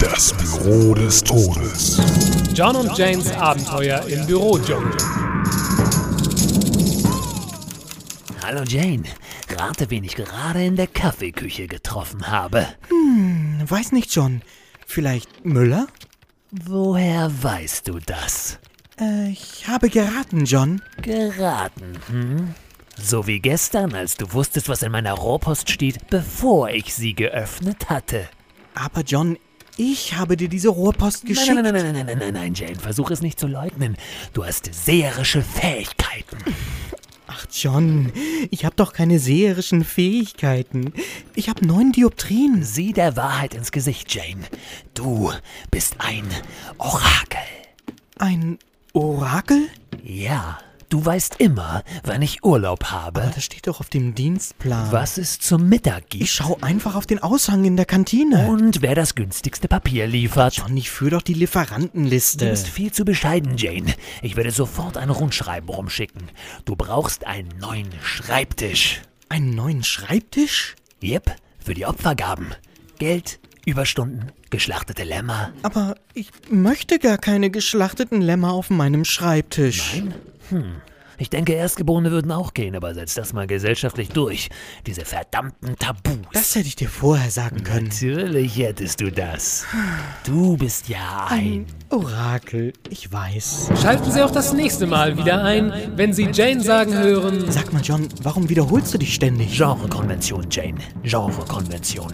Das Büro des Todes. John und Janes Abenteuer im Bürodschungel. Hallo Jane, rate, wen ich gerade in der Kaffeeküche getroffen habe. Weiß nicht schon. Vielleicht Müller? Woher weißt du das? Äh, ich habe geraten, John. Geraten, hm? So wie gestern, als du wusstest, was in meiner Rohrpost steht, bevor ich sie geöffnet hatte. Aber John, ich habe dir diese Rohrpost geschickt. Nein, nein, nein, nein, nein, nein, nein, nein, Jane, versuch es nicht zu leugnen. Du hast seherische Fähigkeiten. Ach, John, ich habe doch keine seherischen Fähigkeiten. Ich habe neun Dioptrien. Sieh der Wahrheit ins Gesicht, Jane. Du bist ein Orakel. Ein Orakel? Ja, du weißt immer, wann ich Urlaub habe, Das steht doch auf dem Dienstplan. was es zum Mittag gibt Ich schau einfach auf den Aushang in der Kantine. und wer das günstigste Papier liefert. John, ich führe doch die Du Lieferantenliste. bist viel zu bescheiden, Jane. Ich werde sofort ein Rundschreiben rumschicken. Du brauchst einen neuen Schreibtisch. Einen neuen Schreibtisch? Yep, für die Opfergaben. Geld, Überstunden, geschlachtete Lämmer. Aber ich möchte gar keine geschlachteten Lämmer auf meinem Schreibtisch. Ich denke, Erstgeborene würden auch gehen, aber setz das mal gesellschaftlich durch. Diese verdammten Tabus. Das hätte ich dir vorher sagen können. Natürlich hättest du das. Du bist ja ein. Orakel, ich weiß. Schalten Sie auch das nächste Mal wieder ein, wenn Sie Jane sagen hören. Sag mal, John, warum wiederholst du dich ständig? Genrekonvention, Jane. Genrekonvention.